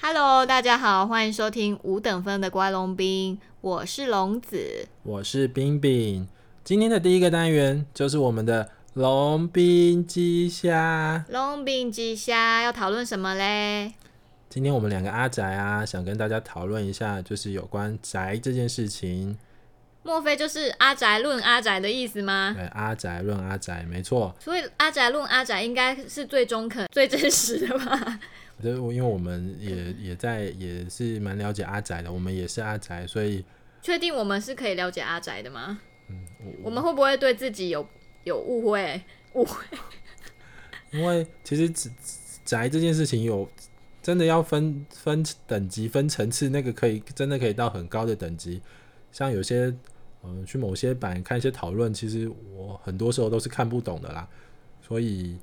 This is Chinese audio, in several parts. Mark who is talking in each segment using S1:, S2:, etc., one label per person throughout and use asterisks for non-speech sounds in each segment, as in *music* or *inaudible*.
S1: Hello，大家好，欢迎收听五等分的乖龙兵，我是龙子。
S2: 我是冰冰。今天的第一个单元就是我们的龙冰鸡虾。
S1: 龙兵之下要讨论什么嘞？
S2: 今天我们两个阿宅啊，想跟大家讨论一下，就是有关宅这件事情。
S1: 莫非就是阿宅论阿宅的意思吗？
S2: 对，呃阿宅论阿宅，没错。
S1: 所以阿宅论阿宅应该是最中肯、最真实的吧？ *laughs*
S2: 就是我因为我们也也在也是蛮了解阿宅的，我们也是阿宅，所以
S1: 确定我们是可以了解阿宅的吗？嗯我们会不会对自己有有误会？误会？
S2: 因为其实宅宅这件事情有真的要分分等级、分层次，那个可以真的可以到很高的等级。像有些嗯、呃去某些版看一些讨论，其实我很多时候都是看不懂的啦。所以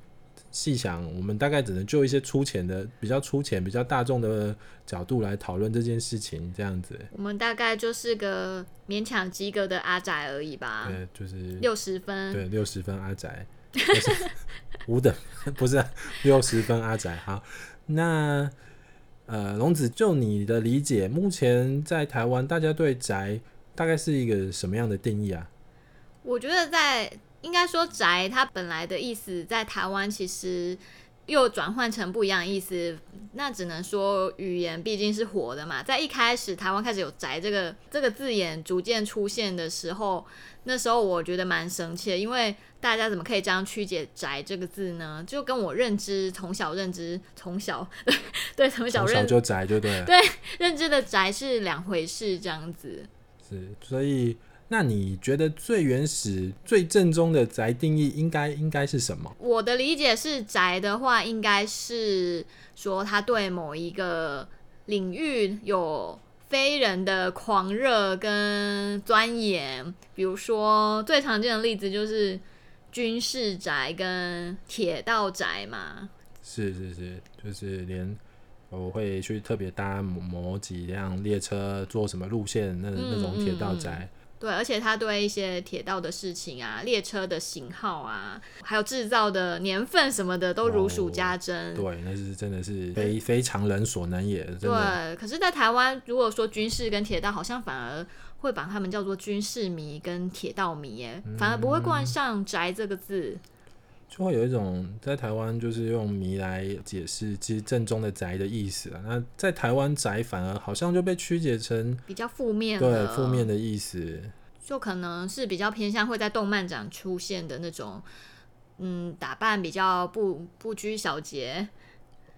S2: 细想，我们大概只能就一些粗浅的、比较粗浅、比较大众的角度来讨论这件事情，这样子。
S1: 我们大概就是个勉强及格的阿宅而已吧，
S2: 对，就是
S1: 六十分。
S2: 对，六十分阿宅，五等 *laughs* 不是六十分阿宅。好，那呃，龙子，就你的理解，目前在台湾，大家对宅大概是一个什么样的定义啊？
S1: 我觉得在应该说宅，它本来的意思在台湾其实又转换成不一样的意思。那只能说语言毕竟是活的嘛，在一开始台湾开始有宅这个这个字眼逐渐出现的时候，那时候我觉得蛮生气的，因为大家怎么可以这样曲解宅这个字呢？就跟我认知从小认知从小 *laughs* 对从小
S2: 从小
S1: 认
S2: 就宅，就对了。
S1: 对认知的宅是两回事，这样子。
S2: 是，所以那你觉得最原始、最正宗的宅定义应该应该是什么？
S1: 我的理解是，宅的话应该是说他对某一个领域有非人的狂热跟钻研，比如说最常见的例子就是军事宅跟铁道宅嘛。
S2: 是是是，就是连我会去特别搭某某几辆列车，坐什么路线那那
S1: 嗯
S2: 种铁道宅。
S1: 对，而且他对一些铁道的事情啊、列车的型号啊，还有制造的年份什么的，都如数家珍。
S2: 对，那是真的是非非常人所能也，真的
S1: 对，可是，在台湾，如果说军事跟铁道，好像反而会把他们叫做军事迷跟铁道迷耶，反而不会
S2: 嗯
S1: 冠上“宅”这个字。
S2: 就会有一种在台湾就是用迷来解释，其实正宗的宅的意思啊。那在台湾宅反而好像就被曲解成
S1: 比较负面
S2: 对
S1: 了，
S2: 负面的意思。
S1: 就可能是比较偏向会在动漫展出现的那种，嗯，打扮比较不不拘小节，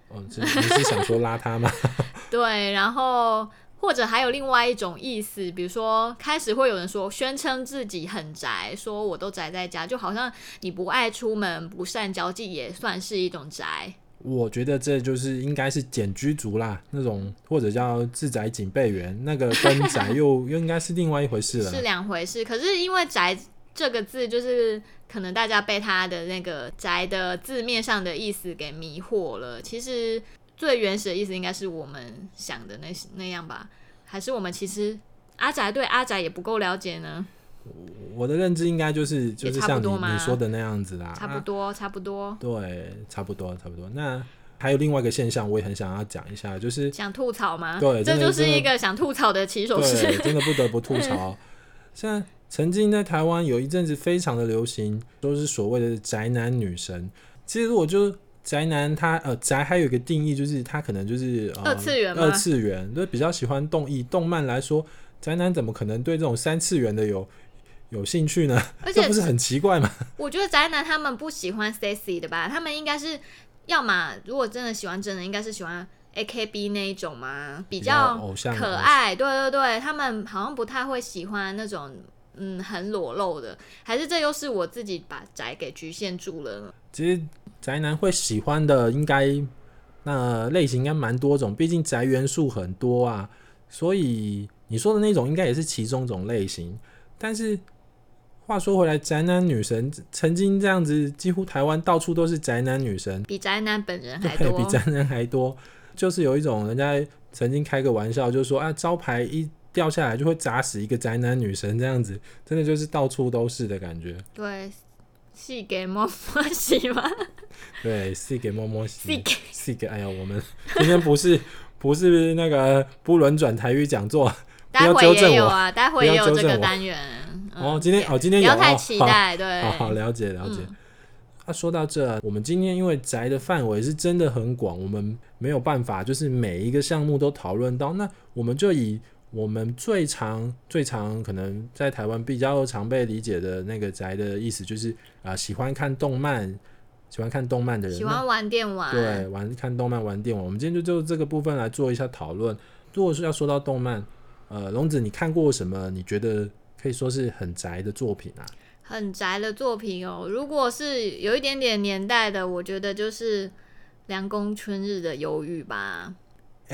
S2: 哦，是你是想说邋遢吗？ *laughs*
S1: 对，然后或者还有另外一种意思，比如说开始会有人说宣称自己很宅，说我都宅在家，就好像你不爱出门、不善交际也算是一种宅。
S2: 我觉得这就是应该是简居族啦，那种或者叫自宅警备员，那个跟宅又又应该是另啊外一回事
S1: 是
S2: 了。
S1: 两回事。可是因为“宅”这个字，就是可能大家被它的那个“宅”的字面上的意思给迷惑了。其实最原始的意思应该是我们想的那那样吧？还是我们其实阿宅对阿宅也不够了解呢？
S2: 我的认知应该就是
S1: 也
S2: 就
S1: 差
S2: 是
S1: 不
S2: 像你
S1: 多嘛
S2: 你说的那样子啦，
S1: 差不
S2: 啊
S1: 多，差不多。
S2: 对，差不多差不多。那还有另外一个现象，我也很想要讲一下，就是
S1: 想吐槽吗？
S2: 对
S1: 这
S2: 真的
S1: 就是
S2: 真的
S1: 一个想吐槽的起手
S2: 对，
S1: 式。 *laughs*
S2: 真的不得不吐槽。像曾经在台湾有一阵子非常的流行，都是所谓的宅男女神。其实我就宅男他，呃宅还有一个定义，就是他可能就是、呃、
S1: 二次元吗
S2: 二次元就比较喜欢动以动漫来说，宅男怎么可能对这种三次元的有有兴趣呢？
S1: 而
S2: 这
S1: 且
S2: 不是很奇怪吗？
S1: 我觉得宅男他们不喜欢 sexy 的吧，他们应该是要么如果真的喜欢真的，应该是喜欢 AKB 那一种嘛，比较
S2: 比较偶像
S1: 可爱。对对对，他们好像不太会喜欢那种嗯很裸露的，还是这又是我自己把宅给局限住了呢？
S2: 其实宅男会喜欢的应该那类型应该蛮多种，毕竟宅元素很多啊，所以你说的那种应该也是其中一种类型。但是话说回来，宅男女神曾经这样子，几乎台湾到处都是宅男女神，
S1: 比宅男本人嗯还
S2: 对，
S1: 多
S2: 比。宅男还多。就是有一种人家曾经开个玩笑，就说啊，招牌一掉下来就会砸死一个宅男女神这样子，真的就是到处都是的感觉。 *laughs*
S1: 对，戏给莫莫喜吗？
S2: 对，C 给摸摸西
S1: Seek
S2: ，C 给哎呀，我们今天不是不是那个不轮转台语讲座，不
S1: 待
S2: 要
S1: 会
S2: 纠正
S1: 也有
S2: 我。
S1: 啊，待会也
S2: 不要
S1: 有
S2: 纠
S1: 这
S2: 正
S1: 个
S2: 我
S1: 单元。嗯
S2: 哦今天
S1: 也
S2: 哦今天
S1: 不
S2: 有
S1: 要太
S2: 哦
S1: 期
S2: 好
S1: 待，对，
S2: 好好了解了解。
S1: 嗯
S2: 啊，说到这，我们今天因为宅的范围是真的很广，我们没有办法就是每一个项目都讨论到。那我们就以我们最常、最常可能在台湾比较常被理解的那个宅的意思，就是啊、喜欢看动漫，喜欢看动漫的人，
S1: 喜欢玩电玩，
S2: 对，玩看动漫、玩电玩。我们今天就就这个部分来做一下讨论。如果是要说到动漫，呃，龙子，你看过什么？你觉得可以说是很宅的作品啊？
S1: 很宅的作品哦。如果是有一点点年代的，我觉得就是凉宫春日的忧郁吧，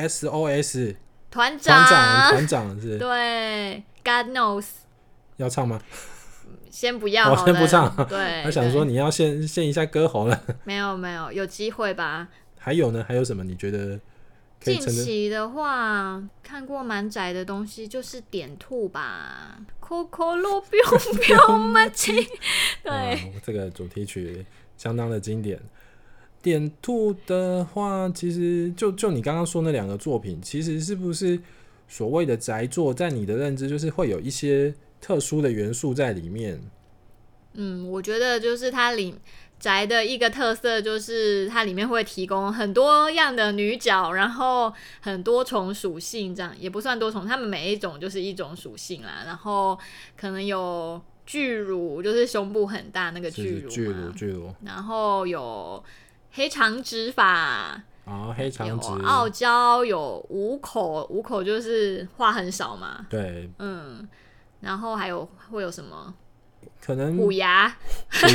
S2: SOS
S1: 团
S2: 团长，团长是
S1: 对，God knows，
S2: 要唱吗？
S1: 先不要
S2: 哦
S1: 好了，
S2: 先不唱
S1: 对，
S2: 他想
S1: 对
S2: 说你要献献一下歌喉了。
S1: 没有没有，有机会吧。
S2: 还有呢？还有什么？你觉得可以
S1: 近
S2: 称得
S1: 期的话，看过蛮宅的东西，就是点兔吧，Coco 罗
S2: *laughs*
S1: 彪彪们亲， *laughs* 对，
S2: 嗯这个主题曲相当的经典。点兔的话，其实就就你刚刚说那两个作品，其实是不是所谓的宅作，在你的认知就是会有一些特殊的元素在里面？
S1: 嗯，我觉得就是它里宅的一个特色，就是它里面会提供很多样的女角，然后很多重属性，这样也不算多重，他们每一种就是一种属性啦。然后可能有巨乳，就是胸部很大那个
S2: 就是
S1: 巨乳嘛，
S2: 巨乳，巨乳
S1: 然后有黑长直发，
S2: 啊，黑长
S1: 有
S2: 直，
S1: 傲娇，有五口，五口就是话很少嘛，
S2: 对，
S1: 嗯，然后还有会有什么
S2: 可能
S1: 虎
S2: 虎
S1: 牙，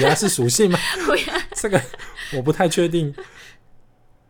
S2: 牙是属性吗？
S1: *laughs* 虎牙，
S2: *laughs* 这个我不太确定。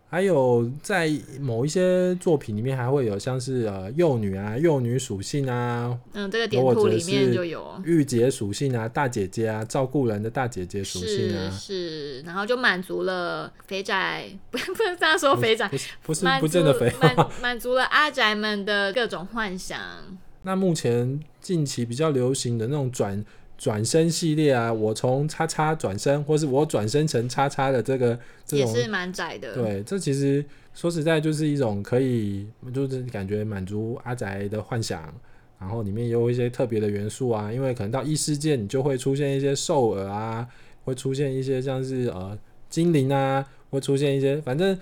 S2: 还有在某一些作品里面，还会有像是呃幼女啊、幼女属性啊，
S1: 嗯，这个点兔里面就有，
S2: 御姐属性啊、大姐姐啊、照顾人的大姐姐属性
S1: 是
S2: 啊，
S1: 是，然后就满足了肥宅，不 *laughs* 不能这样说肥宅，
S2: 不是不是
S1: 满
S2: 不
S1: 足
S2: 见得肥
S1: 满
S2: 话。
S1: 满足了阿宅们的各种幻想，
S2: *laughs* 那目前近期比较流行的那种转转身系列啊，我从叉叉转身，或是我转身成叉叉的这个这
S1: 也
S2: 种
S1: 是蛮宅的，
S2: 对，这其实说实在就是一种可以，就是感觉满足阿宅的幻想，然后里面也有一些特别的元素啊，因为可能到异世界你就会出现一些兽耳啊，会出现一些像是呃精灵啊，会出现一些反正。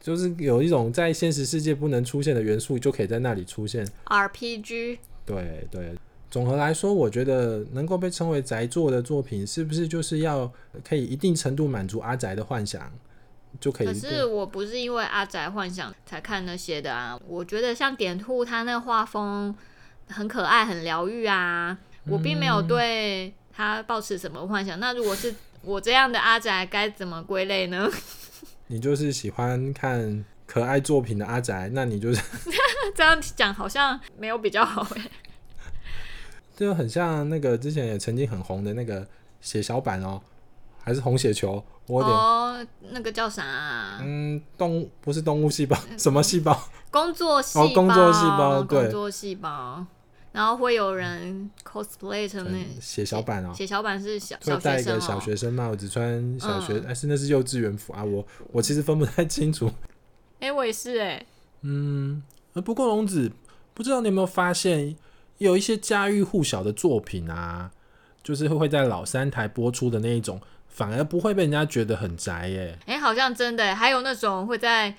S2: 就是有一种在现实世界不能出现的元素，就可以在那里出现。
S1: RPG
S2: 对对，总和来说，我觉得能够被称为宅作的作品，是不是就是要可以一定程度满足阿宅的幻想，就可以
S1: 可
S2: 变？
S1: 是我不是因为阿宅幻想才看那些的啊，我觉得像点兔他那个画风很可爱、很疗愈啊，我并没有
S2: 嗯
S1: 对他抱持什么幻想。那如果是我这样的阿宅，该怎么归类呢？
S2: 你就是喜欢看可爱作品的阿宅，那你就是 *laughs*
S1: *laughs* 这样讲好像没有比较好哎、
S2: 就很像那个之前也曾经很红的那个血小板哦，还是红血球，我有点、
S1: 哦，那个叫啥、啊？
S2: 嗯，动物不是动物细胞，
S1: 嗯
S2: 什么细胞？
S1: 工作细
S2: 哦工作细胞对
S1: 工作细胞。然后会有人 cosplay 成那
S2: 血小板哦。
S1: 嗯血小板是小
S2: 会
S1: 小
S2: 戴
S1: 学
S2: 一
S1: 生
S2: 个小
S1: 哦，
S2: 学生帽子，穿小学，
S1: 嗯
S2: 哎、是那是幼稚园服啊，我我其实分不太清楚。 *laughs*
S1: 哎、我也是哎、
S2: 嗯，呃不过龙子，不知道你有没有发现，有一些家喻户晓的作品啊，就是会在老三台播出的那一种，反而不会被人家觉得很宅耶。
S1: 哎、好像真的欸，还有那种会在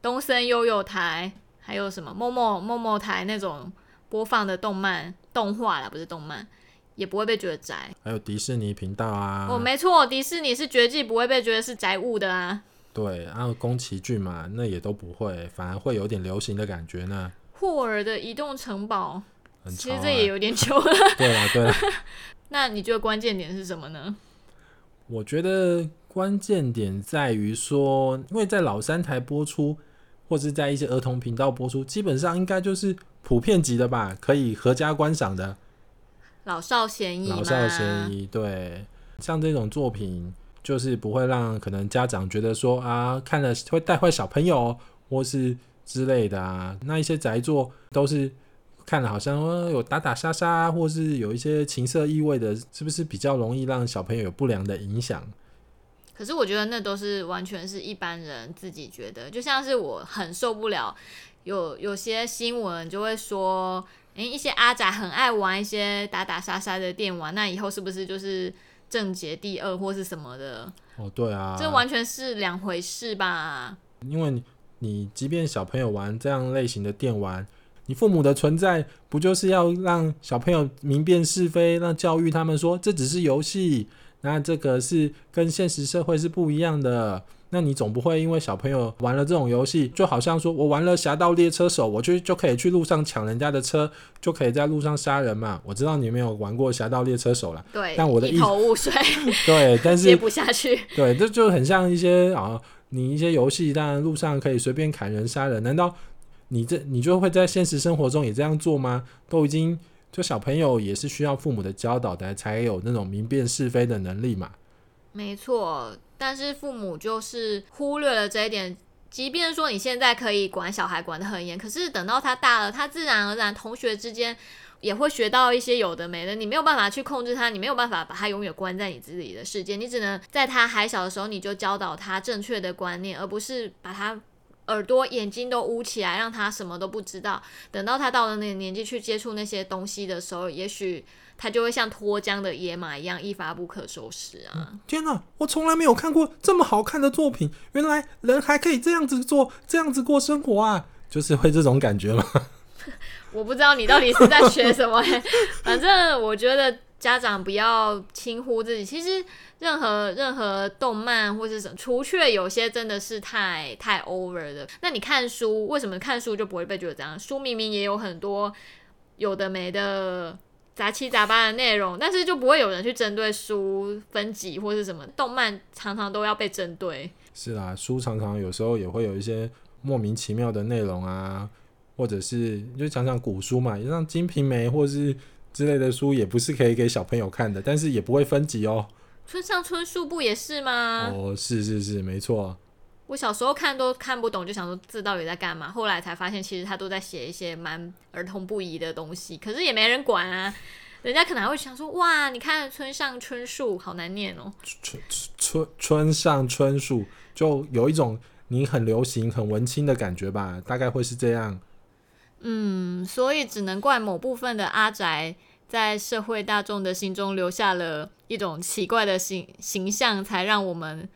S1: 东森悠悠台，还有什么某某某某台那种播放的动漫动画啦，不是动漫，也不会被觉得宅。
S2: 还有迪士尼频道啊，
S1: 哦，没错，迪士尼是绝技不会被觉得是宅物的啊。
S2: 对，还有宫崎骏嘛，那也都不会，反而会有点流行的感觉呢，
S1: 霍尔的移动城堡，
S2: 很
S1: 其
S2: 潮、
S1: 实
S2: 啊。
S1: 这也有点久了。 *laughs*
S2: 对啦对啦，啊
S1: 那你觉得关键点是什么呢？
S2: 我觉得关键点在于说，因为在老三台播出，或是在一些儿童频道播出，基本上应该就是普遍级的吧，可以合家观赏的
S1: 老少咸宜
S2: 老
S1: 嘛，
S2: 少咸宜。对，像这种作品，就是不会让可能家长觉得说啊，看了会带坏小朋友，或是之类的啊。那一些宅作都是。看了好像呃有打打杀杀，或是有一些情色意味的，是不是比较容易让小朋友有不良的影响？
S1: 可是我觉得那都是完全是一般人自己觉得，就像是我很受不了有有些新闻就会说，诶、一些阿宅很爱玩一些打打杀杀的电玩，那以后是不是就是正解第二或是什么的？
S2: 哦，对啊，
S1: 这完全是两回事吧？
S2: 因为你你即便小朋友玩这样类型的电玩，你父母的存在不就是要让小朋友明辨是非，让教育他们说这只是游戏，那这个是跟现实社会是不一样的。那你总不会因为小朋友玩了这种游戏，就好像说我玩了《侠盗猎车手》，我就就可以去路上抢人家的车，就可以在路上杀人嘛？我知道你没有玩过《侠盗猎
S1: *laughs*
S2: 车手》啦，
S1: 对，
S2: 但我的
S1: 一
S2: 意
S1: 头雾水，
S2: 对，但是
S1: 接不下去。
S2: 对，这就很像一些啊，你一些游戏，当然路上可以随便砍人杀人，难道你这你就会在现实生活中也这样做吗？都已经就小朋友也是需要父母的教导的，才有那种明辨是非的能力嘛。
S1: 没错，但是父母就是忽略了这一点。即便说你现在可以管小孩管得很严，可是等到他大了，他自然而然同学之间也会学到一些有的没的，你没有办法去控制他，你没有办法把他永远关在你自己的世界，你只能在他还小的时候你就教导他正确的观念，而不是把他耳朵眼睛都捂起来，让他什么都不知道。等到他到了那个年纪去接触那些东西的时候，也许他就会像脱缰的野马一样一发不可收拾啊。
S2: 天哪，我从来没有看过这么好看的作品，原来人还可以这样子做，这样子过生活啊，就是会这种感觉嘛。
S1: 我不知道你到底是在学什么、 *laughs* 欸，反正我觉得家长不要轻忽自己。其实任何任何动漫或是什么，除却有些真的是太太 over 的。那你看书，为什么看书就不会被觉得这样？书明明也有很多有的没的。杂七杂八的内容，但是就不会有人去针对书分级或是什么动漫，常常都要被针对。
S2: 是啦，书常常有时候也会有一些莫名其妙的内容啊，或者是就想想古书嘛，像《金瓶梅》或是之类的书，也不是可以给小朋友看的，但是也不会分级哦。
S1: 村上春树不也是吗？
S2: 哦，是是是，没错，
S1: 我小时候看都看不懂，就想说这到底在干嘛。后来才发现，其实他都在写一些蛮儿童不宜的东西，可是也没人管啊。人家可能还会想说，哇，你看村上春树好难念哦。
S2: 春春春春上春树，就有一种你很流行、很文青的感觉吧，大概会是这样。
S1: 嗯，所以只能怪某部分的阿宅在社会大众的心中留下了一种奇怪的形形象，才让我们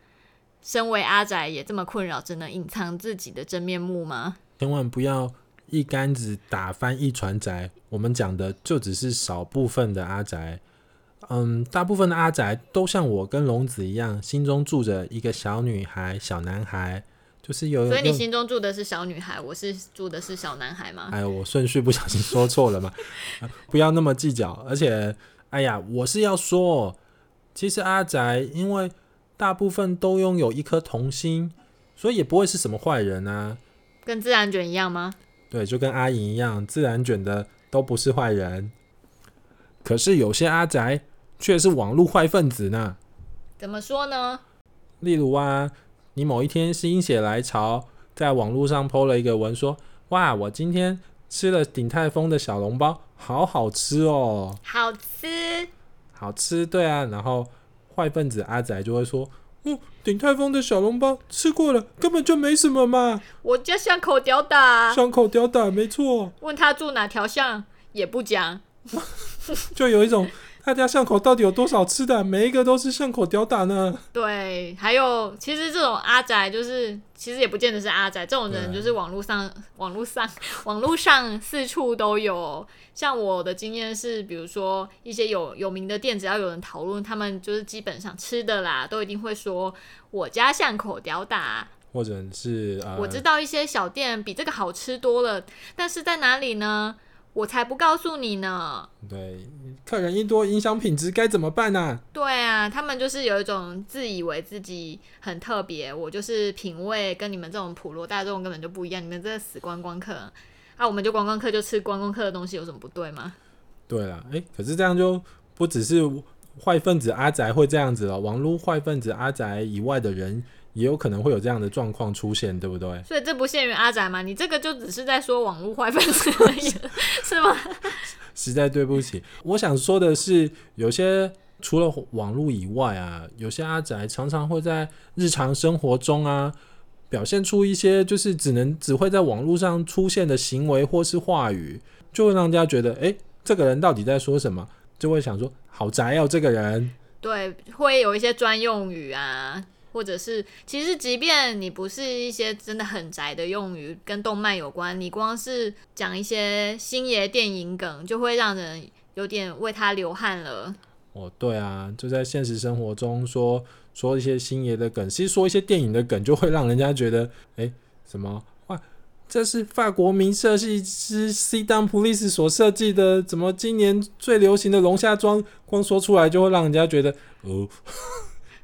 S1: 身为阿宅也这么困扰，只能隐藏自己的真面目吗？
S2: 千万不要一竿子打翻一船宅。我们讲的就只是少部分的阿宅，嗯，大部分的阿宅都像我跟龙子一样，心中住着一个小女孩、小男孩，呃就是有。
S1: 所以你
S2: 有
S1: 心中住的是小女孩，我是住的是小男孩吗？
S2: 哎，我顺序不小心说错了嘛，
S1: *laughs*
S2: 啊不要那么计较。而且，哎呀，我是要说，其实阿宅因为大部分都拥有一颗童心，所以也不会是什么坏人啊。
S1: 跟自然卷一样吗？
S2: 对，就跟阿银一样，自然卷的都不是坏人。可是有些阿宅却是网络坏分子呢。
S1: 怎么说呢？
S2: 例如啊，你某一天心血来潮，在网络上 PO 了一个文说：“哇，我今天吃了鼎泰丰的小笼包，好好吃哦，
S1: 好吃，
S2: 好吃。”对啊，然后坏分子阿宅就会说：“嗯，鼎泰丰的小笼包吃过了，根本就没什么嘛，
S1: 我家巷口屌打。
S2: 伤口吊打，没错。”
S1: 问他住哪条巷也不讲，
S2: 就有一种大家巷口到底有多少吃的，啊每一个都是巷口屌打呢。
S1: 对，还有其实这种阿宅就是，其实也不见得是阿宅，这种人
S2: 对
S1: 就是网络上、网络上、 *laughs* 网络上四处都有。像我的经验是，比如说一些有有名的店，只要有人讨论，他们就是基本上吃的啦，都一定会说我家巷口屌打。
S2: 或者是呃，
S1: 我知道一些小店比这个好吃多了，但是在哪里呢？我才不告诉你呢。
S2: 对，客人一多，影响品质该怎么办呢、
S1: 对啊，他们就是有一种自以为自己很特别，我就是品味跟你们这种普罗大众根本就不一样，你们这死观光客啊，我们就观光客就吃观光客的东西有什么不对吗？
S2: 对啦，诶，可是这样就不只是坏分子阿宅会这样子了，网络坏分子阿宅以外的人也有可能会有这样的状况出现，对不对？
S1: 所以这不限于阿宅嘛，你这个就只是在说网络坏分子而 *laughs* 已，是吗？
S2: *laughs* 实在对不起，我想说的是，有些除了网络以外啊，有些阿宅常常会在日常生活中啊，表现出一些就是只能只会在网络上出现的行为或是话语，就会让人家觉得，诶，这个人到底在说什么？就会想说，好宅哦，这个人。
S1: 对，会有一些专用语啊，或者是其实即便你不是一些真的很宅的用语，跟动漫有关，你光是讲一些星爷电影梗，就会让人有点为他流汗了。
S2: 哦，对啊，就在现实生活中说说一些星爷的梗，其实说一些电影的梗，就会让人家觉得，哎，什么哇，这是法国名设计师 C. d o n Police 所设计的，怎么今年最流行的龙虾装，光说出来就会让人家觉得，哦，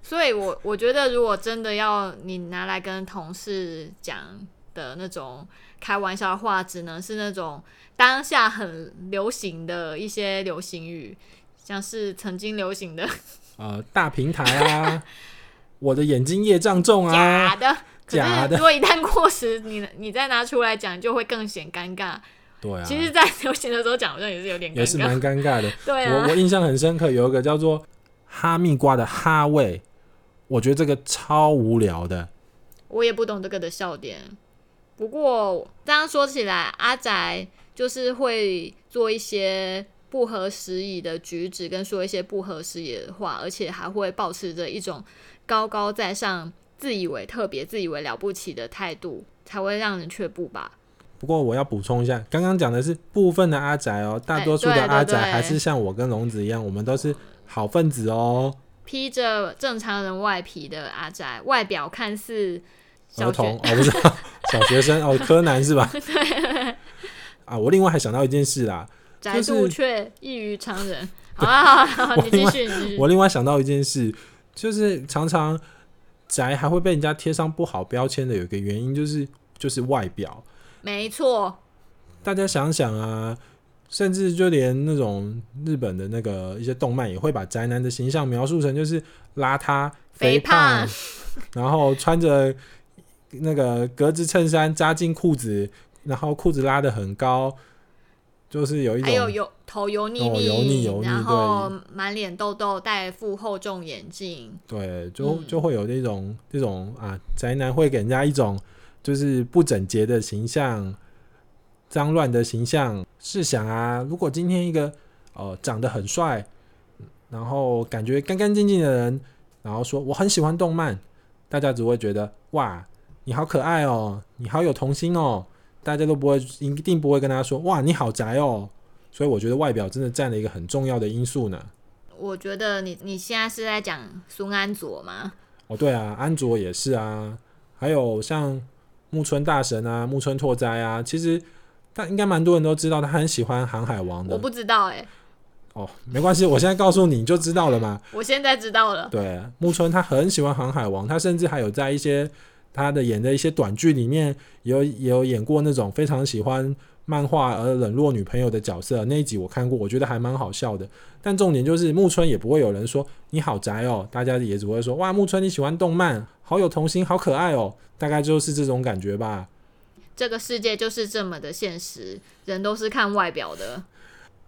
S1: 所以我我觉得，如果真的要你拿来跟同事讲的那种开玩笑的话，只能是那种当下很流行的一些流行语，像是曾经流行的
S2: 呃，大平台啊， *laughs* 我的眼睛业障重
S1: 假
S2: 啊，
S1: 的。可是
S2: 假的
S1: 如果一旦过时，你你再拿出来讲，就会更显尴尬。
S2: 对啊，
S1: 其实，在流行的时候讲，好像也是有点尴
S2: 也是
S1: 尬。
S2: 蛮尴尬的。
S1: *laughs* 对
S2: 我
S1: 啊
S2: 我，印象很深刻，有一个叫做哈密瓜的哈味，我觉得这个超无聊的。
S1: 我也不懂这个的笑点。不过这样说起来，阿宅就是会做一些不合时宜的举止，跟说一些不合时宜的话，而且还会保持着一种高高在上、自以为特别、自以为了不起的态度，才会让人却步吧。
S2: 不过我要补充一下，刚刚讲的是部分的阿宅哦，大多数的
S1: 哎对对
S2: 阿宅
S1: 对
S2: 还是像我跟龙子一样，我们都是好分子哦。
S1: 披着正常人外皮的阿宅，外表看似小
S2: 儿童
S1: 学
S2: 哦，不是小学生哦，柯南
S1: *laughs*
S2: 是吧？啊，我另外还想到一件事啦，
S1: 宅
S2: 就是
S1: 度却异于常人。好啊，好啊，好啊你
S2: 另
S1: 继
S2: 外
S1: 续，你继续。
S2: 我另外想到一件事，就是常常宅还会被人家贴上不好标签的，有一个原因就是就是外表。
S1: 没错，
S2: 大家想想啊，甚至就连那种日本的那个一些动漫也会把宅男的形象描述成就是邋遢、
S1: 肥
S2: 胖
S1: 胖，
S2: *laughs* 然后穿着那个格子衬衫扎进裤子，然后裤子拉得很高，就是有一
S1: 还有
S2: 种
S1: 油头油腻
S2: 哦油腻油腻
S1: 然后满脸痘痘，戴副厚重眼镜，
S2: 对，就
S1: 嗯
S2: 就会有那种这种啊，宅男会给人家一种就是不整洁的形象。脏乱的形象，试想啊，如果今天一个呃长得很帅，然后感觉干干净净的人，然后说我很喜欢动漫，大家只会觉得哇，你好可爱哦，你好有童心哦，大家都不会一定不会跟他说哇，你好宅哦。所以我觉得外表真的占了一个很重要的因素呢。
S1: 我觉得你你现在是在讲苏安佐吗？
S2: 哦，对啊，安卓也是啊，还有像木村大神啊、木村拓哉啊，其实但应该蛮多人都知道，他很喜欢《航海王》
S1: 我
S2: 的。
S1: 不知道哎、
S2: 哦，没关系，我现在告诉你你就知道了嘛。
S1: 我现在知道了。
S2: 对，木村他很喜欢《航海王》，他甚至还有在一些他的演的一些短剧里面，也有也有演过那种非常喜欢漫画而冷落女朋友的角色。那一集我看过，我觉得还蛮好笑的。但重点就是木村也不会有人说你好宅哦，大家也只会说哇木村你喜欢动漫，好有童心，好可爱哦，大概就是这种感觉吧。
S1: 这个世界就是这么的现实，人都是看外表的。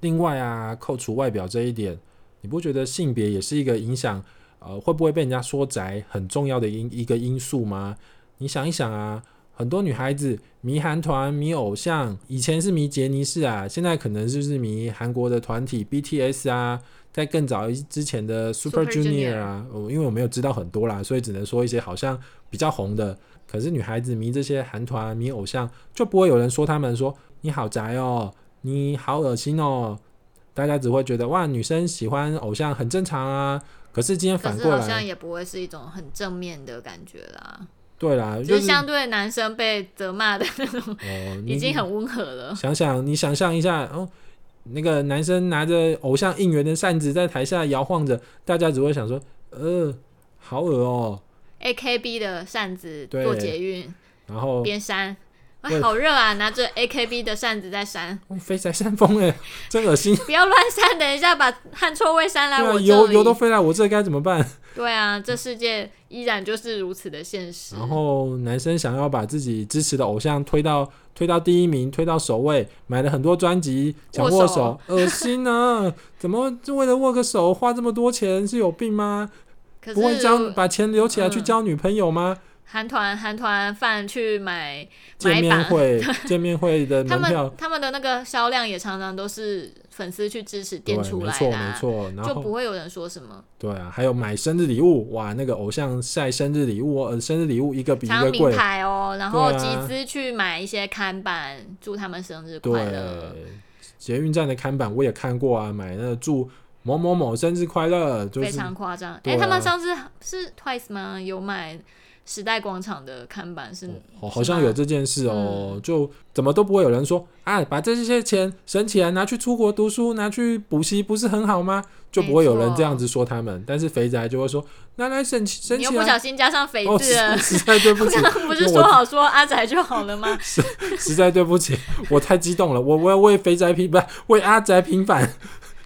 S2: 另外啊，扣除外表这一点，你不觉得性别也是一个影响呃会不会被人家说宅很重要的因一个因素吗？你想一想啊，很多女孩子迷韩团、迷偶像，以前是迷杰尼斯啊，现在可能就是迷韩国的团体 BTS 啊，在更早一之前的 Super
S1: Super
S2: Junior 啊，我因为我没有知道很多啦，所以只能说一些好像比较红的。可是女孩子迷这些韩团、迷偶像，就不会有人说他们说你好宅哦，你好恶心哦。大家只会觉得哇，女生喜欢偶像很正常啊。可是今天
S1: 可
S2: 反
S1: 是
S2: 过
S1: 好像
S2: 来，
S1: 也不会是一种很正面的感觉啦，
S2: 对啦，
S1: 只
S2: 就是
S1: 相对男生被责骂的那种，
S2: 哦，你
S1: 已经很温和了。
S2: 想想，你想象一下，哦，那个男生拿着偶像应援的扇子在台下摇晃着，大家只会想说，呃，好恶哦、
S1: A K B 的扇子
S2: 对
S1: 做捷运
S2: 然后
S1: 边扇，哎，好热啊！拿着 AKB 的扇子在扇，
S2: 哦飞来扇风哎，真
S1: *laughs*
S2: 恶心！
S1: 不要乱扇，等一下把汗臭味扇来
S2: 对啊，
S1: 我
S2: 油
S1: 这
S2: 油都
S1: 里。
S2: 飞来我这该怎么办？
S1: 对啊，这世界依然就是如此的现实。
S2: 然后男生想要把自己支持的偶像推到推到第一名，推到首位，买了很多专辑，想握
S1: 握
S2: 手
S1: 手，
S2: *laughs* 恶心啊！怎么就为了握个手花这么多钱，是有病吗？
S1: 可
S2: 不会
S1: 是
S2: 交把钱留起来去
S1: 嗯
S2: 交女朋友吗？
S1: 韩团韩团饭去买
S2: 见
S1: 买
S2: 面
S1: 版， *laughs*
S2: 会见面会的
S1: 他
S2: 门
S1: 们
S2: 票，
S1: 他们的那个销量也常常都是粉丝去支持
S2: 对，
S1: 垫出
S2: 没
S1: 来
S2: 错
S1: 的、
S2: 没
S1: 啊，
S2: 错。然
S1: 就不
S2: 后
S1: 会有人说什么。
S2: 对啊，还有买生日礼物，哇，那个偶像晒生日礼物，呃，生日礼物一个比一
S1: 常
S2: 个
S1: 名
S2: 贵，
S1: 牌哦，然后
S2: 对
S1: 集
S2: 啊
S1: 资去买一些看板，祝他们生日快乐。
S2: 对，捷运站的看板我也看过啊，买那个祝某某某生日快乐，就
S1: 非
S2: 是
S1: 常夸张。哎、
S2: 对啊
S1: 他们上次是 Twice 吗？有买时代广场的看板是？
S2: 好
S1: 是
S2: 哦好像
S1: 吗
S2: 有这件事哦，就怎么都不会有人说啊，把这些钱省起来拿去出国读书，拿去补习，不是很好吗？就不会有人这样子说他们，但是肥宅就会说拿来省省
S1: 你
S2: 起
S1: 又不
S2: 来
S1: 小。心加上肥
S2: 哦，
S1: 字了。
S2: *laughs* 实实在对不起
S1: 刚，刚不是
S2: 我
S1: 说好说阿仔就好了吗？
S2: 实在对不起，我太激动了，我我要为肥宅平反，为阿宅平反，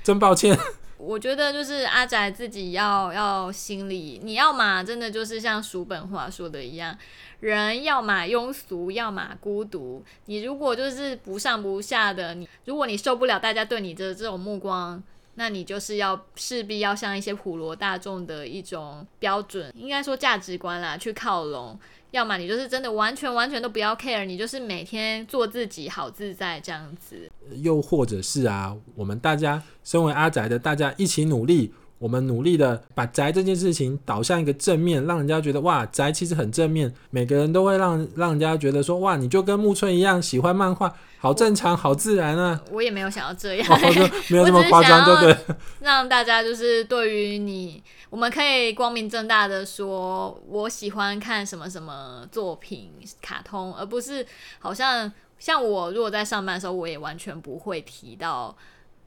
S2: 真抱歉。
S1: 我觉得就是阿宅自己要要心里，你要嘛真的就是像叔本华说的一样，人要嘛庸俗，要嘛孤独。你如果就是不上不下的，你如果你受不了大家对你的这种目光，那你就是要势必要向一些普罗大众的一种标准，应该说价值观啦去靠拢。要么你就是真的完全完全都不要 care，你就是每天做自己，好自在这样子。
S2: 又或者是啊，我们大家身为阿宅的，大家一起努力，我们努力的把宅这件事情导向一个正面，让人家觉得哇，宅其实很正面，每个人都会让让人家觉得说哇，你就跟木村一样喜欢漫画，好正常，好自
S1: *laughs*
S2: 然啊，
S1: 我也没有想要这样、
S2: 哦，就没有那么夸张，对
S1: 我
S2: 不
S1: 只是想要
S2: 对？
S1: 让大家就是对于你，我们可以光明正大的说，我喜欢看什么什么作品、卡通，而不是好像像我如果在上班的时候，我也完全不会提到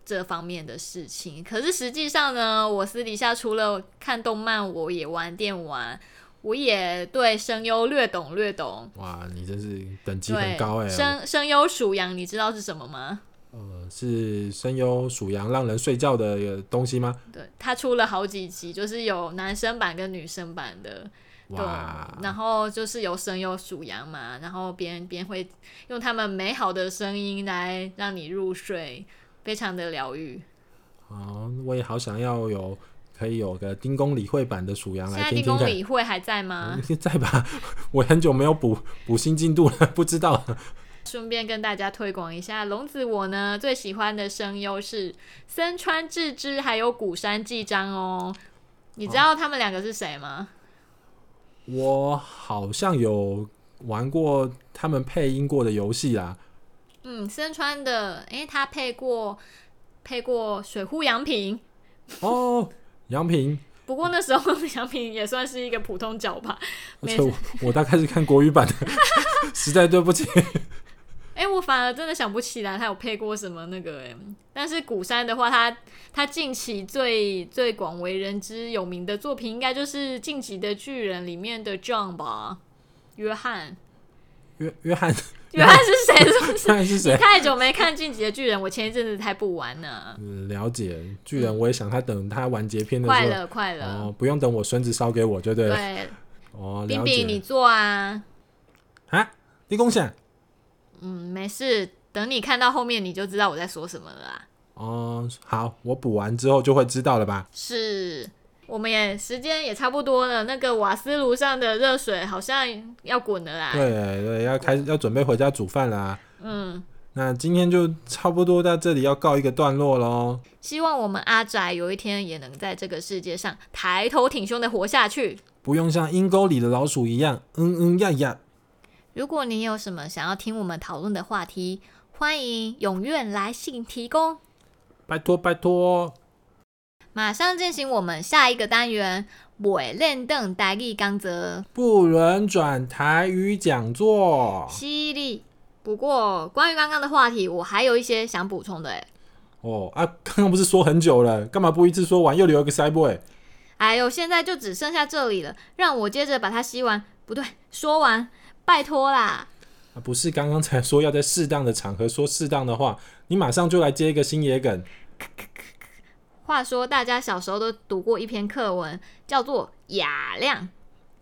S1: 这方面的事情。可是实际上呢，我私底下除了看动漫，我也玩电玩，我也对声优略懂略懂。
S2: 哇，你真是等级很
S1: 对，
S2: 高哎、
S1: 声声优属羊，你知道是什么吗？
S2: 呃，是声优属羊让人睡觉的呃东西吗？
S1: 对，它出了好几集，就是有男生版跟女生版的。对
S2: 哇，，
S1: 然后就是有声优属羊嘛，然后别人别人会用他们美好的声音来让你入睡，非常的疗愈。
S2: 哦，我也好想要有可以有个丁公理会版的属羊
S1: 现
S2: 来
S1: 在
S2: 听
S1: 地
S2: 听
S1: 宫
S2: 看。嗯
S1: 理会还在吗？
S2: 现在吧，我很久没有补补新进度了，不知道
S1: 顺便跟大家推广一下，龙子我呢最喜欢的声优是森川智之还有古山纪章哦。你知道他们两个是谁吗？
S2: 我好像有玩过他们配音过的游戏啊啦。
S1: 嗯，森川的，诶，他配过配过水户洋平，
S2: 哦，杨平，
S1: 不过那时候 *laughs* 洋平也算是一个普通角吧。
S2: 而
S1: 没
S2: 且我我大概是看国语版的， *laughs* 实在对不起。
S1: 哎、我反而真的想不起来他有配过什么那个哎、但是古山的话，他他近期最最广为人知有名的作品，应该就是《晋级的巨人》里面的 John 吧，约翰。
S2: 约约翰，
S1: 约翰是谁？ *laughs* 是不
S2: 约
S1: 是？
S2: 翰是
S1: 你
S2: 谁？
S1: 太久没看《晋级的巨人》，我前一阵子才补完呢。
S2: 嗯，了解。巨人，我也想他等他完结篇的
S1: 快
S2: 时
S1: 嗯
S2: 候，
S1: 了，快了。
S2: 哦，不用等我孙子烧给我就对了。
S1: 对，
S2: 哦，
S1: 冰
S2: 了
S1: 冰你
S2: 解。
S1: 做啊，
S2: 啊，立功想。
S1: 嗯，没事，等你看到后面你就知道我在说什么了啊啦。
S2: 哦，好，我补完之后就会知道了吧？
S1: 是，我们也时间也差不多了，那个瓦斯炉上的热水好像要滚了啦。
S2: 对对，要开要准备回家煮饭啦、
S1: 嗯，
S2: 那今天就差不多到这里要告一个段落喽。
S1: 希望我们阿宅有一天也能在这个世界上抬头挺胸的活下去。
S2: 不用像阴沟里的老鼠一样，嗯嗯呀呀。
S1: 如果你有什么想要听我们讨论的话题，欢迎踊跃来信提供。
S2: 拜托拜托，
S1: 马上进行我们下一个单元“尾练凳呆立刚则
S2: 不轮转台语讲座
S1: 犀利”。不过，关于刚刚的话题，我还有一些想补充的欸诶。
S2: 哦啊！ *laughs* 刚刚不是说很久了，干嘛不一次说完又留一个 side boy？
S1: 哎呦，现在就只剩下这里了，让我接着把它吸完。不对，说完，拜托啦！
S2: 啊不是刚刚才说要在适当的场合说适当的话，你马上就来接一个新野梗，
S1: 话说，大家小时候都读过一篇课文，叫做《雅量》，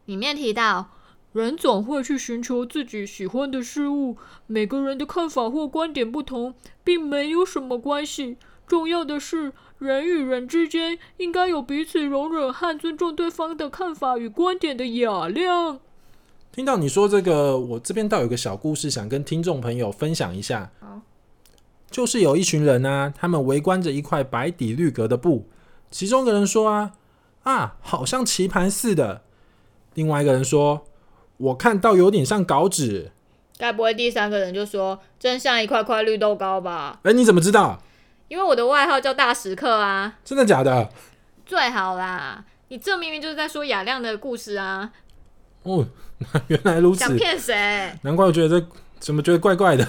S1: 里面提到，人总会去寻求自己喜欢的事物，每个人的看法或观点不同，并没有什么关系。重要的是，人与人之间应该有彼此容忍和尊重对方的看法与观点的雅量。
S2: 听到你说这个，我这边倒有个小故事想跟听众朋友分享一下
S1: 好。
S2: 就是有一群人啊，他们围观着一块白底绿格的布，其中一个人说啊啊，好像棋盘似的；另外一个人说，我看到有点像稿纸。
S1: 该不会第三个人就说“真像一块块绿豆糕”吧？
S2: 哎，你怎么知道？
S1: 因为我的外号叫大食客啊。
S2: 真的假的？ *laughs*
S1: 最好啦！你这明明就是在说雅亮的故事啊，
S2: 哦，原来如
S1: 想
S2: 此，
S1: 骗谁？
S2: 难怪我觉得这怎么觉得怪怪的。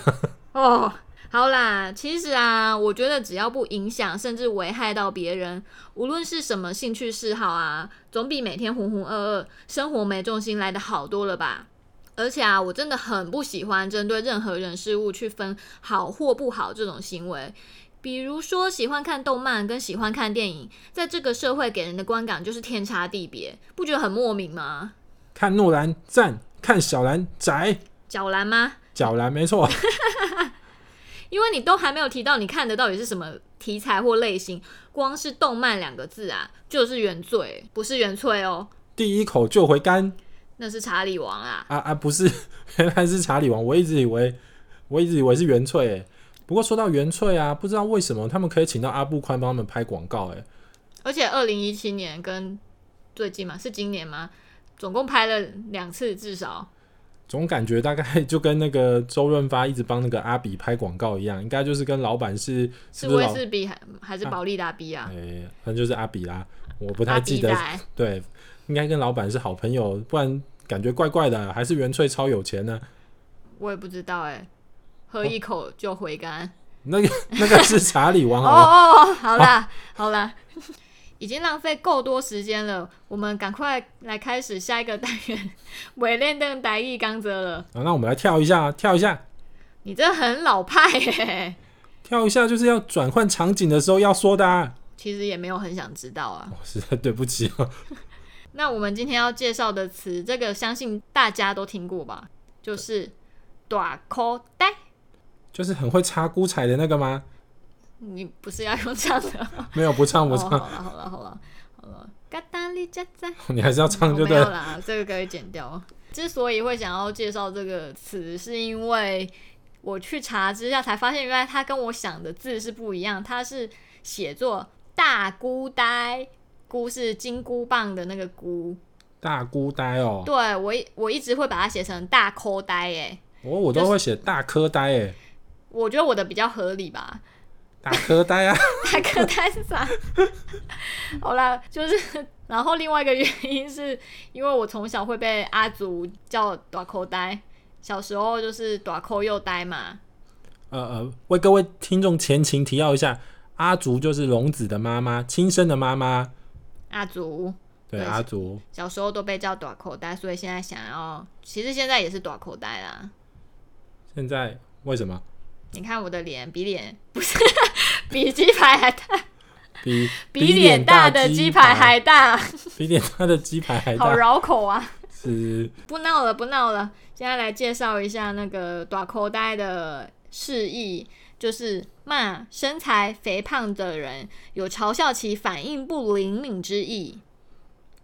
S1: 哦，好啦，其实啊，我觉得只要不影响甚至危害到别人，无论是什么兴趣嗜好啊，总比每天浑浑噩噩、生活没重心来的好多了吧。而且啊，我真的很不喜欢针对任何人事物去分好或不好这种行为。比如说，喜欢看动漫跟喜欢看电影，在这个社会给人的观感就是天差地别，不觉得很莫名吗？
S2: 看诺兰赞，看小兰宅，
S1: 角兰吗？
S2: 角兰没错。
S1: 因为你都还没有提到你看的到底是什么题材或类型，光是动漫两个字啊，就是原罪，不是原罪哦，
S2: 第一口就回甘
S1: 那是查理王啊。
S2: 啊啊！不是，原来是查理王，我一直以为我一直以为是原萃诶。不过说到原萃啊，不知道为什么他们可以请到阿布宽帮他们拍广告欸诶。
S1: 而且二零一七年跟最近嘛，是今年吗？总共拍了两次，至少
S2: 总感觉大概就跟那个周润发一直帮那个阿比拍广告一样，应该就是跟老板是
S1: 是
S2: 是不是
S1: 威
S2: 老
S1: 士比还还是保利达比啊？
S2: 诶，反正就是阿比啦，我不
S1: 不
S2: 太记得
S1: 达
S2: 对，应该跟老板是好朋友，不然感觉怪怪的。还是元翠超有钱呢？
S1: 我也不知道哎、喝一口就回甘。
S2: 那个那个是查理王
S1: 哦
S2: 好吗？
S1: 哦哦，好啦好啦， *laughs* 已经浪费够多时间了，我们赶快来开始下一个单元—— *laughs* 伪练邓台艺刚则了。
S2: 啊，那我们来跳一下，跳一下，
S1: 你这很老派耶、
S2: 跳一下，就是要转换场景的时候要说的、啊。
S1: 其实也没有很想知道啊。
S2: *laughs* 哦，实在对不起啊，
S1: 那我们今天要介绍的词，这个相信大家都听过吧？就是“短口袋
S2: 就是很会插菇彩的那个吗？”。
S1: 你不是要用这样的？ *laughs*
S2: 没有，不唱不
S1: 哦，
S2: 唱，
S1: 好了好了好了好了，嘎达里加在。
S2: *laughs* 你还是要
S1: 哦
S2: 唱就
S1: 没
S2: 对
S1: 有
S2: 了。
S1: 啦，这个可以剪掉。之所以会想要介绍这个词，是因为我去查之下才发现，原来它跟我想的字是不一样，它是写作大菇呆。菇是金箍棒的那个菇，
S2: 大菇呆哦，
S1: 对我一我一直会把它写成大抠呆耶，
S2: 哦我我都会写大颗呆诶，
S1: 我觉得我的比较合理吧。
S2: 大颗呆啊， *laughs*
S1: 大颗呆是啥？ *laughs* 好啦，就是，然后另外一个原因是因为我从小会被阿祖叫短口呆，小时候就是短口又呆嘛。
S2: 呃呃，为各位听众前情提要一下，阿竹就是龙子的妈妈，亲生的妈妈。
S1: 阿祖
S2: 对，
S1: 对
S2: 阿竹，
S1: 小时候都被叫短口呆，所以现在想要，其实现在也是短口呆啦。
S2: 现在为什么
S1: 你看我的脸比脸不是 *laughs* 比鸡排还大，
S2: 比
S1: *laughs* 比脸大的鸡排还大，
S2: 比脸大的鸡排还
S1: 好
S2: 大？
S1: 绕口啊！
S2: 是
S1: 不闹了，不闹了。现在来介绍一下那个短口袋的释义，就是骂身材肥胖的人，有嘲笑其反应不灵敏之意。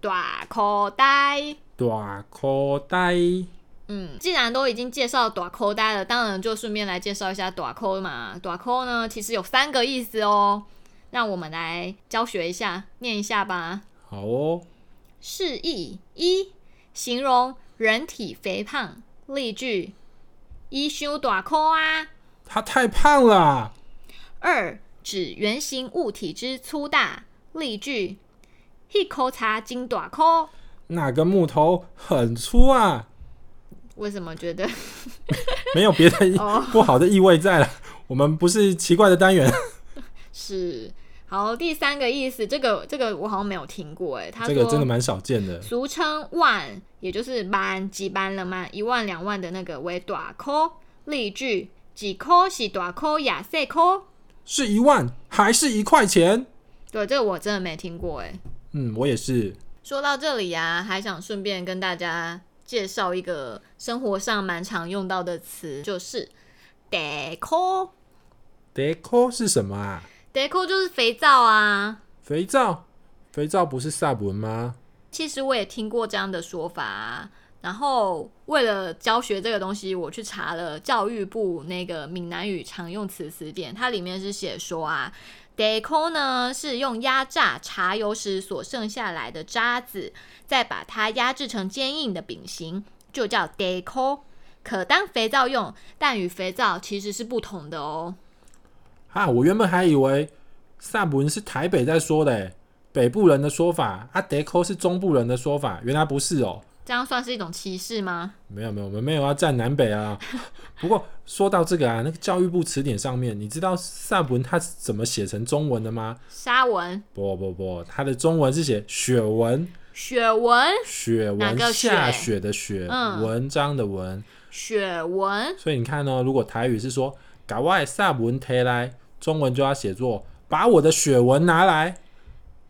S1: 短口袋，
S2: 短口袋，
S1: 嗯，既然都已经介绍短口袋了，当然就顺便来介绍一下短口嘛。短口呢，其实有三个意思哦。让我们来教学一下，念一下吧。
S2: 好哦，
S1: 释义一，形容人体肥胖。例句：一修短裤啊。
S2: 他太胖了，
S1: 二，指圆形物体之粗大。例句：一口茶金短裤。
S2: 那根木头很粗啊，
S1: 为什么觉得？ *laughs*
S2: 没有别的意
S1: 哦
S2: 不好的意味在了。我们不是奇怪的单元，
S1: 是好，第三个意思，这个这个我好像没有听过哎，他
S2: 这
S1: 说
S2: 个真的蛮少见的。
S1: 俗称万，也就是班几班了嘛，一万两万的那个为大科。例句：几科是大科亚细科。
S2: 是一万还是一块钱？
S1: 对，这个我真的没听过哎。
S2: 嗯，我也是。
S1: 说到这里呀、还想顺便跟大家介绍一个生活上蛮常用到的词，就是“得抠
S2: Deco 是什么啊？”。
S1: 得抠就是肥皂啊。
S2: 肥皂？肥皂不是萨文吗？
S1: 其实我也听过这样的说法、啊。然后为了教学这个东西，我去查了教育部那个闽南语常用词词典，它里面是写说啊 d e c o 呢是用压榨茶油时所剩下来的渣子，再把它压制成坚硬的饼形，就叫 d e c o 可当肥皂用，但与肥皂其实是不同的哦。
S2: 啊，我原本还以为萨文是台北在说的欸，北部人的说法啊，Deco 是中部人的说法，原来不是哦。
S1: 这样算是一种歧视吗？
S2: 没有没有，我们没有要站南北啊。不过说到这个啊，那个教育部词典上面，你知道萨文它是怎么写成中文的吗？
S1: 沙文、
S2: 不不不，它的中文是写雪文，
S1: 雪文、
S2: 雪
S1: 哪
S2: 文
S1: 个雪
S2: 下雪的雪，
S1: 嗯
S2: 文章的文。
S1: 雪文。
S2: 所以你看哦，如果台语是说“搞外萨文提来”，中文就要写作“把我的雪文拿来”，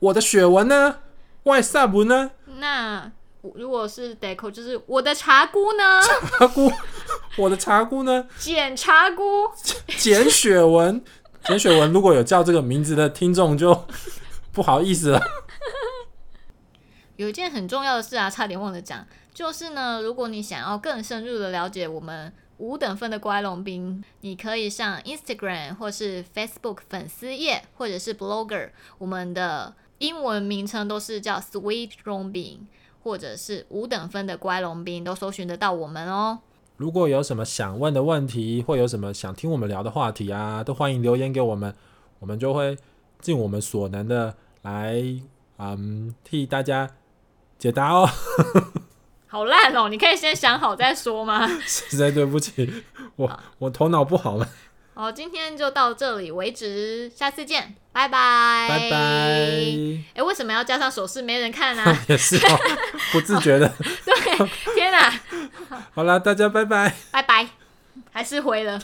S2: 我的雪文呢？外萨文呢？
S1: 那我如果是 deco，就是我的茶菇呢？ *laughs*
S2: 阿姑，我的茶姑呢？
S1: 检茶菇，
S2: 简雪文，简雪文，如果有叫这个名字的听众就不好意思了。
S1: 有一件很重要的事啊，差点忘了讲，就是呢，如果你想要更深入的了解我们五等分的乖龙兵，你可以上 Instagram 或是 Facebook 粉丝页，或者是 Blogger，我们的英文名称都是叫 Sweet 龙兵，或者是五等分的乖龙兵，都搜寻得到我们哦。
S2: 如果有什么想问的问题，或有什么想听我们聊的话题啊，都欢迎留言给我们，我们就会尽我们所能的来，嗯，替大家解答哦。 *laughs*
S1: 好烂哦！你可以先想好再说吗？
S2: 实在对不起，我我头脑不好嘛。
S1: 好，今天就到这里为止，下次见，拜拜，
S2: 拜拜。
S1: 哎、为什么要加上手势？没人看啊！
S2: *laughs* 也是哦，不自觉的。
S1: 对，天哪、
S2: 好啦，大家拜拜。
S1: 拜拜，还是回了。